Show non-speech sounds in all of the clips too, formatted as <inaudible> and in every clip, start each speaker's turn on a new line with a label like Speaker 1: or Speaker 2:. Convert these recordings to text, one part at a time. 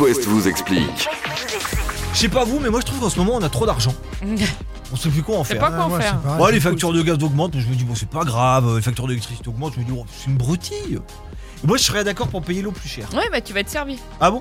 Speaker 1: West vous explique.
Speaker 2: Je sais pas vous, mais moi je trouve qu'en ce moment on a trop
Speaker 3: <laughs>
Speaker 2: d'argent. On sait plus quoi en
Speaker 3: C'est
Speaker 2: faire.
Speaker 3: pas quoi en
Speaker 4: Ah, moi, je sais
Speaker 3: faire.
Speaker 4: pas,
Speaker 2: Ouais, les
Speaker 4: j'écoute.
Speaker 2: factures de gaz augmentent, mais je me dis, bon, c'est pas grave, les factures d'électricité augmentent, je me dis, oh, c'est une broutille. Et Moi, je serais d'accord pour payer l'eau plus cher.
Speaker 3: Ouais, mais tu vas être servi.
Speaker 2: Ah bon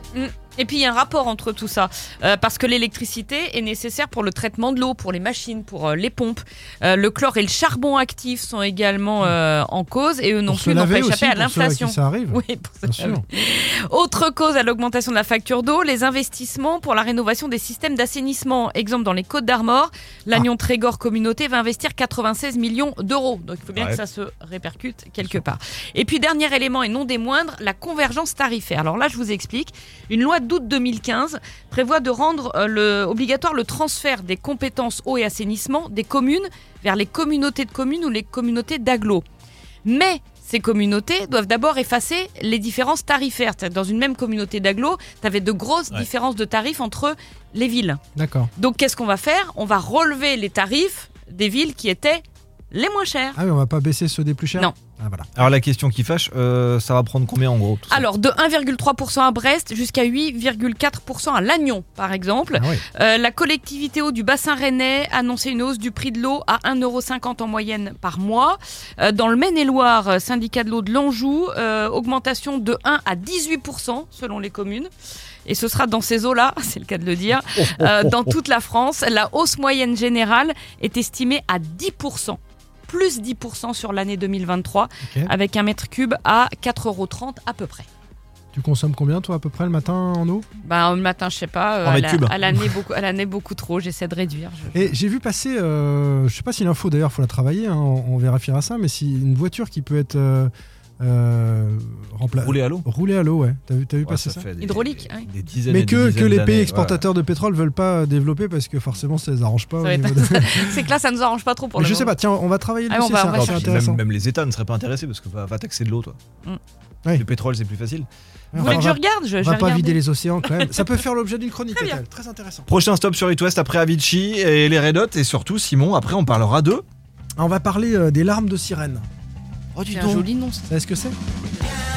Speaker 3: Et puis il y a un rapport entre tout ça, Euh, parce que l'électricité est nécessaire pour le traitement de l'eau, pour les machines, pour euh, les pompes. Euh, le chlore et le charbon actif sont également euh, en cause, et eux non
Speaker 4: Pour se
Speaker 3: plus n'ont pas
Speaker 4: laver aussi,
Speaker 3: échappé à
Speaker 4: pour ceux à qui
Speaker 3: l'inflation.
Speaker 4: Ça arrive.
Speaker 3: Oui, pour se
Speaker 4: Bien
Speaker 3: laver.
Speaker 4: sûr.
Speaker 3: Autre cause à l'augmentation de la facture d'eau, les investissements pour la rénovation des systèmes d'assainissement. Exemple, dans les Côtes d'Armor, l'Agnon Trégor Communauté va investir 96 millions d'euros. Donc il faut bien
Speaker 2: Ouais.
Speaker 3: que ça se répercute quelque part. Et puis dernier élément et non des moindres, la convergence tarifaire. Alors là, je vous explique. Une loi d'août 2015 prévoit de rendre euh, le- obligatoire le transfert des compétences eau et assainissement des communes vers les communautés de communes ou les communautés d'agglos. Mais ces communautés doivent d'abord effacer les différences tarifaires. C'est-à-dire, Dans une même communauté d'agglos, tu avais de grosses
Speaker 2: Ouais.
Speaker 3: différences de tarifs entre les villes.
Speaker 4: D'accord.
Speaker 3: Donc qu'est-ce qu'on va faire On va relever les tarifs des villes qui étaient les moins chères.
Speaker 4: Ah oui, on va pas baisser ceux des plus chers
Speaker 3: Non.
Speaker 4: Ah voilà.
Speaker 2: Alors, la question qui fâche, euh, ça va prendre combien en gros tout ça
Speaker 3: Alors de 1,3% à Brest jusqu'à 8,4% à Lannion par exemple.
Speaker 4: Ah oui.
Speaker 3: Euh, la collectivité eau du bassin rennais annonçait une hausse du prix de l'eau à 1,50€ en moyenne par mois. Euh, dans le Maine-et-Loire, euh, syndicat de l'eau de l'Anjou, euh, augmentation de 1 à 18% selon les communes. Et ce sera dans ces eaux-là, <laughs> c'est le cas de le dire, euh, dans toute la France. La hausse moyenne générale est estimée à 10%. Plus 10% sur l'année 2023,
Speaker 4: Ok.
Speaker 3: avec un mètre cube à 4,30€ à peu près.
Speaker 4: Tu consommes combien toi à peu près le matin en eau
Speaker 3: Bah, le matin, je sais pas, euh,
Speaker 2: En
Speaker 3: à
Speaker 2: mètre
Speaker 3: la-
Speaker 2: cube. <laughs>
Speaker 3: à l'année beaucoup, à l'année, beaucoup trop, j'essaie de réduire. je-
Speaker 4: Et j'ai vu passer, euh, je sais pas si l'info d'ailleurs faut la travailler, hein, on, on vérifiera ça, mais si une voiture qui peut être euh, euh, rempla-
Speaker 2: Rouler à l'eau
Speaker 4: Roulée à l'eau, ouais. T'as vu, t'as vu
Speaker 2: Ouais,
Speaker 4: passer ça,
Speaker 2: fait des-
Speaker 3: Hydraulique, ouais.
Speaker 2: des dizaines et des
Speaker 4: Mais que, que
Speaker 2: dizaines
Speaker 4: les
Speaker 2: d'années,
Speaker 4: pays
Speaker 2: ouais.
Speaker 4: exportateurs de pétrole veulent pas euh, développer parce que forcément ça les arrange pas.
Speaker 3: Ça
Speaker 4: au
Speaker 3: va être-
Speaker 4: niveau de-
Speaker 3: <laughs> C'est que là, ça nous arrange pas trop pour
Speaker 4: Mais
Speaker 3: le
Speaker 4: je sais
Speaker 3: moment.
Speaker 4: pas, tiens, on va travailler le
Speaker 3: Ah, on
Speaker 4: dossier,
Speaker 3: va-
Speaker 4: c'est-
Speaker 3: on va
Speaker 4: c'est
Speaker 3: chercher.
Speaker 4: intéressant.
Speaker 2: Même, même les États ne seraient pas intéressés parce que va, va taxer de l'eau, toi.
Speaker 3: Mm.
Speaker 4: Oui.
Speaker 2: Le pétrole, c'est plus facile.
Speaker 4: Ouais,
Speaker 3: Vous
Speaker 4: on
Speaker 3: voulez que je
Speaker 4: va-
Speaker 3: regarde je,
Speaker 4: on
Speaker 3: j'ai
Speaker 4: va pas
Speaker 3: regardé.
Speaker 4: vider les océans
Speaker 3: <laughs>
Speaker 4: quand même. Ça peut faire l'objet d'une chronique,
Speaker 3: Très bien.
Speaker 4: Ethel, très intéressant.
Speaker 2: Prochain stop sur It West après Avicii et les Red Hot. Et surtout, Simon, après, on parlera de.
Speaker 4: Ah, On va parler euh, des larmes de sirène.
Speaker 2: Oh, dis
Speaker 3: C'est un joli nom. ça.
Speaker 4: Vous savez ce que c'est